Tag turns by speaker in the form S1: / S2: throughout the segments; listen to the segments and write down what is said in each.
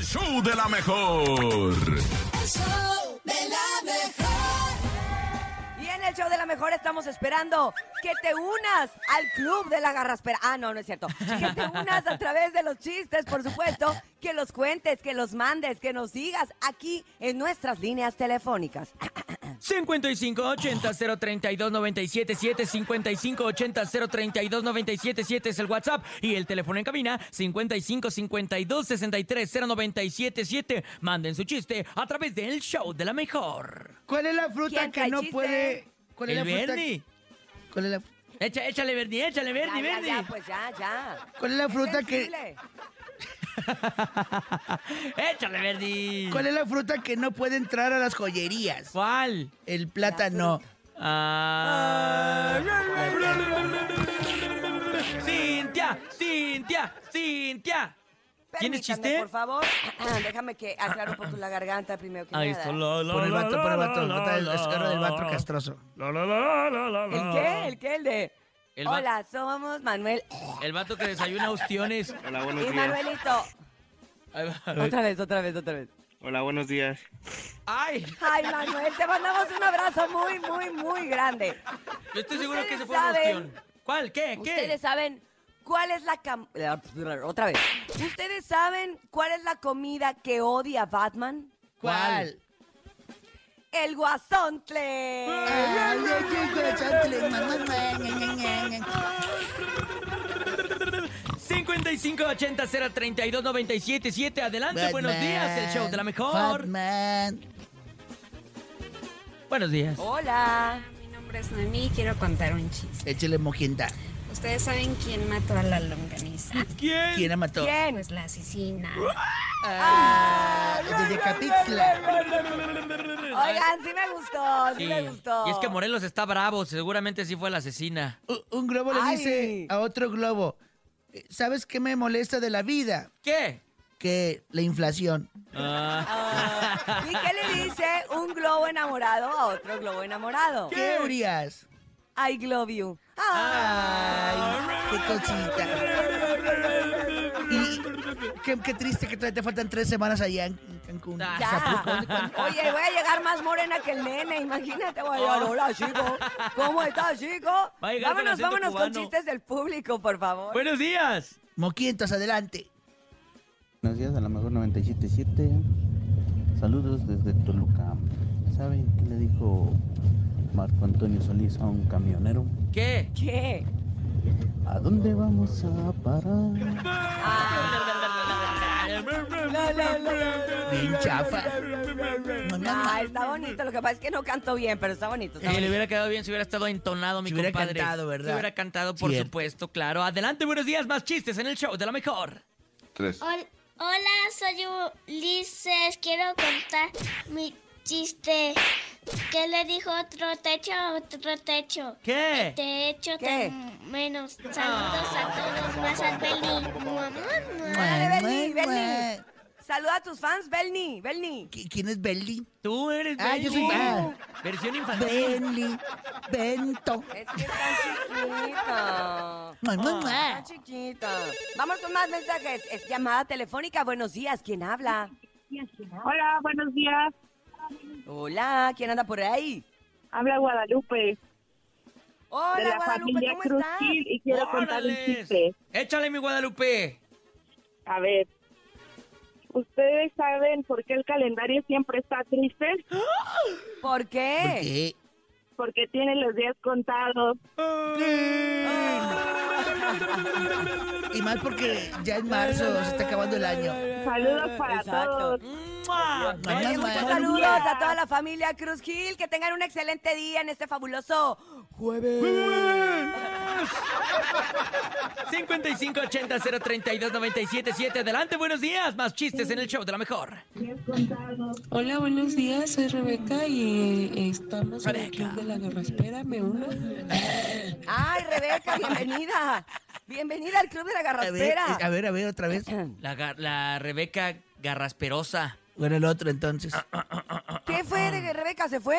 S1: show de la mejor.
S2: El show de la mejor.
S3: Y en el show de la mejor estamos esperando que te unas al club de la garraspera. Ah, no, no es cierto. Que te unas a través de los chistes, por supuesto, que los cuentes, que los mandes, que nos digas aquí en nuestras líneas telefónicas.
S4: 5580-032-977, 5580-032-977 es el WhatsApp y el teléfono en cabina 5552-630977. Manden su chiste a través del show de la mejor.
S5: ¿Cuál es la fruta
S3: ¿Quién
S5: que
S3: trae
S5: no
S3: chiste?
S5: puede. ¿Cuál es
S4: El
S5: la fruta?
S4: Verdi.
S5: ¿Cuál es la,
S4: Echa- échale Verdi, échale
S3: ya,
S4: Verdi, Verdi.
S3: ya, ya, pues ya, ya.
S5: cuál es la
S3: Es
S5: fruta que.
S3: sensible.
S4: échale Verdi.
S5: ¿Cuál es la fruta que no puede entrar a las joyerías?
S4: ¿Cuál?
S5: El plátano.
S4: Ah. Cintia, Cintia, Cintia. ¿Tienes
S3: Permítanme,
S4: chiste?
S3: Por favor, déjame que aclaro un poco la garganta primero que
S4: Ahí
S3: nada.
S4: está. la, la,
S5: Por el
S4: la,
S5: vato,
S4: la,
S5: por el vato.
S4: la,
S5: Otra vez,
S4: la,
S5: es hora del vato
S4: la.
S5: castroso.
S4: La, la, la, la, la, la.
S3: ¿El qué? ¿El qué? ¿El de?
S4: El va-
S3: Hola, somos Manuel
S4: El vato que desayuna ostiones.
S6: Hola, buenos
S3: y
S6: días.
S3: Manuelito.
S4: Ahí va.
S3: Otra vez, otra vez, otra vez.
S6: Hola, buenos días.
S4: Ay,
S3: Ay, Manuel, te mandamos un abrazo muy, muy, muy grande.
S4: yo estoy seguro
S3: Ustedes
S4: que se fue un
S3: saben.
S4: ostión. ¿Cuál? ¿Qué?
S3: Ustedes
S4: ¿Qué?
S3: saben cuál es la cam- otra vez. Ustedes saben cuál es la comida que odia Batman?
S5: ¿Cuál?
S3: El guasontle.
S5: Ay, ay, ay, guachantle, mamá, ma, ña, ña, ña, ña.
S4: 5580-032-977. Adelante, buenos
S5: Batman,
S4: días. El show de la mejor.
S5: Batman.
S4: Buenos días.
S3: Oh, Hola.
S7: Mi nombre es Noemí y quiero contar un chiste.
S5: Échale mojienta.
S7: ¿Ustedes saben quién mató a la longaniza?
S4: ¿Quién?
S5: ¿Quién la mató?
S3: ¿Quién?
S7: Pues la asesina.
S5: Ah, Desde Capixla.
S3: Oigan, sí me gustó, sí,
S4: Sí.
S3: me gustó.
S4: Y es que Morelos está bravo. Seguramente sí fue la asesina.
S5: U- Un globo le
S3: Ay.
S5: dice a otro globo: eh, ¿Sabes qué me molesta de la vida?
S4: ¿Qué?
S5: Que la inflación.
S4: Ah,
S3: Ah, ¿Y qué le dice un globo enamorado a otro globo enamorado?
S5: ¿Qué Urias?
S3: I glove you. Ah.
S5: Ay, qué cosita. Y qué, qué triste que todavía te faltan tres semanas allá en en Cancún.
S4: Ah.
S3: Ya. Oye, voy a llegar más morena que el nene, imagínate. Voy a llegar, hola, chico. ¿Cómo estás, chico?
S4: Ah. a llegar con
S3: Vámonos,
S4: acento
S3: vámonos con
S4: cubano.
S3: chistes del público, por favor.
S4: buenos días.
S5: Moquientos, adelante.
S8: Buenos días, a la mejor 977. Saludos desde Toluca. ¿Saben qué le dijo Marco Antonio Solís a un camionero?
S4: ¿Qué?
S3: ¿Qué?
S8: ¿A dónde vamos a parar?
S4: Ah.
S5: Bien chafa.
S3: Ah, está bonito. Lo que pasa es que no canto bien, pero está bonito. está
S4: Si le
S3: bonito.
S4: Ah, hubiera quedado bien, si hubiera estado entonado, mi
S5: Eh. Si hubiera
S4: compadre.
S5: cantado, ¿verdad?
S4: Si hubiera cantado, por
S5: Cierto.
S4: supuesto, claro. Adelante, buenos días, más chistes en el show de la mejor.
S1: Tres.
S9: Hol- Hola, soy Ulises. Quiero contar mi chiste. ¿Qué le dijo otro techo a otro techo?
S4: ¿Qué?
S9: Te echo
S3: ¿Qué?
S9: tan menos. Saludos a todos, más al Beli. Mua, mua, mua.
S3: Ándale, Belni, Belni. Saluda a tus fans, Belni, Belni.
S5: ¿Qui- ¿Quién es Belly?
S4: Tú eres
S5: Ah, yo soy-
S4: Benny.
S5: ah.
S4: Versión infantil.
S5: Benly. Bento.
S3: Es que están chiquitos.
S5: Mua, mua,
S3: Están
S5: mua.
S3: chiquitos. Vamos con más mensajes. Es llamada telefónica. Buenos días. ¿Quién habla?
S10: Hola, buenos días.
S3: Hola, ¿quién anda por ahí?
S10: Habla Guadalupe
S3: Hola,
S10: de la
S3: Guadalupe,
S10: familia
S3: ¿cómo
S10: Cruz
S3: estás?
S10: Gil y quiero contar un
S4: Órales.
S10: chiste.
S4: Échale, mi Guadalupe.
S10: A ver, ¿ustedes saben por qué el calendario siempre está triste?
S3: ¿Por qué?
S5: ¿Por qué?
S10: Porque tiene los días contados.
S5: Y más porque ya en marzo se está acabando el año.
S10: Saludos para
S3: Exacto.
S10: todos.
S4: ¡Mua!
S5: Mua,
S3: Oye,
S5: mua,
S3: muchos
S5: mua.
S3: saludos a toda la familia Cruz Gil. Que tengan un excelente día en este fabuloso jueves.
S4: 5580-032-977. Adelante, buenos días, más chistes en el show de la mejor.
S11: Hola, buenos días, soy Rebeca y eh, estamos en el Club de la Garraspera, me uno.
S3: Ay, Rebeca, bienvenida. Bienvenida al Club de la
S5: A ver,
S3: Garraspera.
S5: eh, a ver, a ver, otra vez.
S4: La, gar- la Rebeca Garrasperosa.
S5: Bueno, el otro entonces.
S3: ¿Qué fue de Rebeca? ¿Se fue?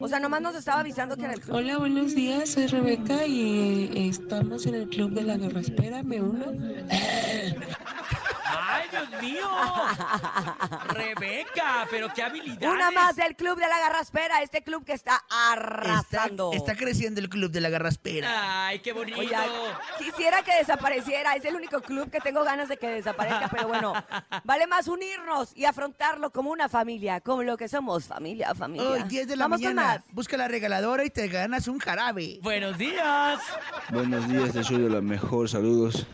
S3: O sea, nomás nos estaba avisando que era el club.
S11: Hola, buenos días, soy Rebeca y eh, estamos en el Club de la Garraspera, me uno.
S4: ¡Ay, Dios mío! Rebeca, pero qué habilidad.
S3: Una más del Club de la Garraspera, este club que está
S5: Está,
S3: arrasando.
S5: está creciendo el club de la garraspera.
S4: ¡Ay, qué bonito!
S3: Oye, ay, quisiera que desapareciera, es el único club que tengo ganas de que desaparezca, pero bueno, vale más unirnos y afrontarlo como una familia, como lo que somos, familia, familia.
S5: Hoy, 10 de la
S3: Vamos
S5: mañana,
S3: con más.
S5: busca la regaladora y te ganas un jarabe.
S4: Buenos días.
S8: Buenos días, yo soy de la mejor, saludos.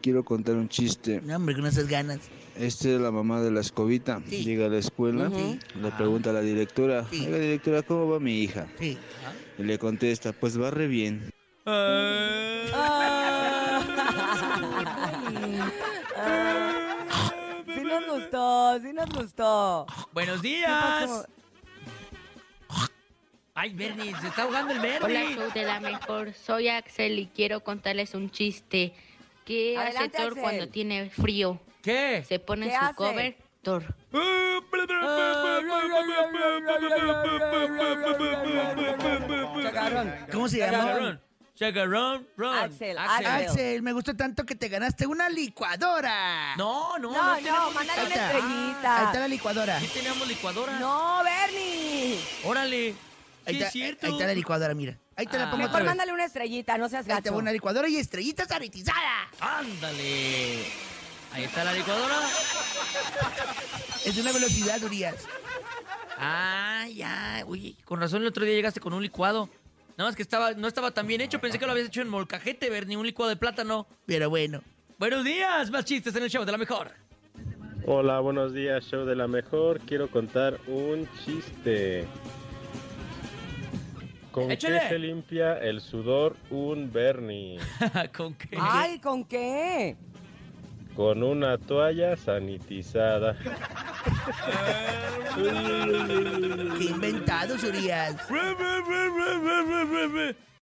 S8: Quiero contar un chiste.
S5: No, hombre, con esas ganas.
S8: Este es la mamá de la escobita.
S5: Sí.
S8: Llega a la escuela,
S5: Sí.
S8: le pregunta a la directora,
S5: Sí.
S8: "Oiga, directora, ¿cómo va mi hija?
S5: Sí.
S8: Y le contesta, pues va re bien.
S3: Eh.
S4: Ay.
S3: Sí nos gustó, sí nos gustó.
S4: Buenos
S3: ¿Qué pasó?
S4: días. Ay, Bernie, se está ahogando el
S6: Hola,
S4: Bernie.
S6: show de la mejor. Soy Axel y quiero contarles un chiste. ¿Qué
S3: Adelante,
S6: hace Thor
S3: Axel.
S6: cuando tiene frío?
S4: ¿Qué?
S6: Se pone en
S3: ¿Qué
S6: su
S3: hace?
S6: cover Thor.
S3: Chacarrón.
S5: ¿Cómo se
S4: Shake
S5: llama?
S4: a run, shake a run, run.
S3: Axel, Axel.
S5: Axel, me gusta tanto que te ganaste una licuadora.
S4: No, no, no.
S3: No, no,
S4: tenemos
S3: mándale
S5: Ahí
S3: una
S5: está. Ahí está
S3: estrellita.
S5: la licuadora.
S4: lic- Sí teníamos licuadora.
S3: No, Bernie.
S4: Órale. Sí,
S5: Ahí, está,
S4: es cierto.
S5: ahí está la licuadora, mira. Ahí te
S4: Ah.
S5: la pongo otra
S3: Mejor
S5: vez.
S3: mándale una estrellita, no seas
S5: Ahí te
S3: gacho.
S5: pongo una licuadora y estrellita sanitizada.
S4: Ándale. Ahí está la licuadora.
S5: Es de una velocidad, Urias.
S4: Ah, ya. Uy, con razón el otro día llegaste con un licuado. Nada más que estaba, no estaba tan bien hecho. Pensé que lo habías hecho en molcajete, Bernie, un licuado de plátano.
S5: Pero bueno.
S4: Buenos días, más chistes en el show de la mejor.
S12: Hola, buenos días, show de la mejor. Quiero contar un chiste. ¿Con
S4: Échale.
S12: qué se limpia el sudor un Bernie?
S4: ¿Con qué?
S3: Ay, ¿con qué?
S12: Con una toalla sanitizada.
S5: Qué inventados, Urias.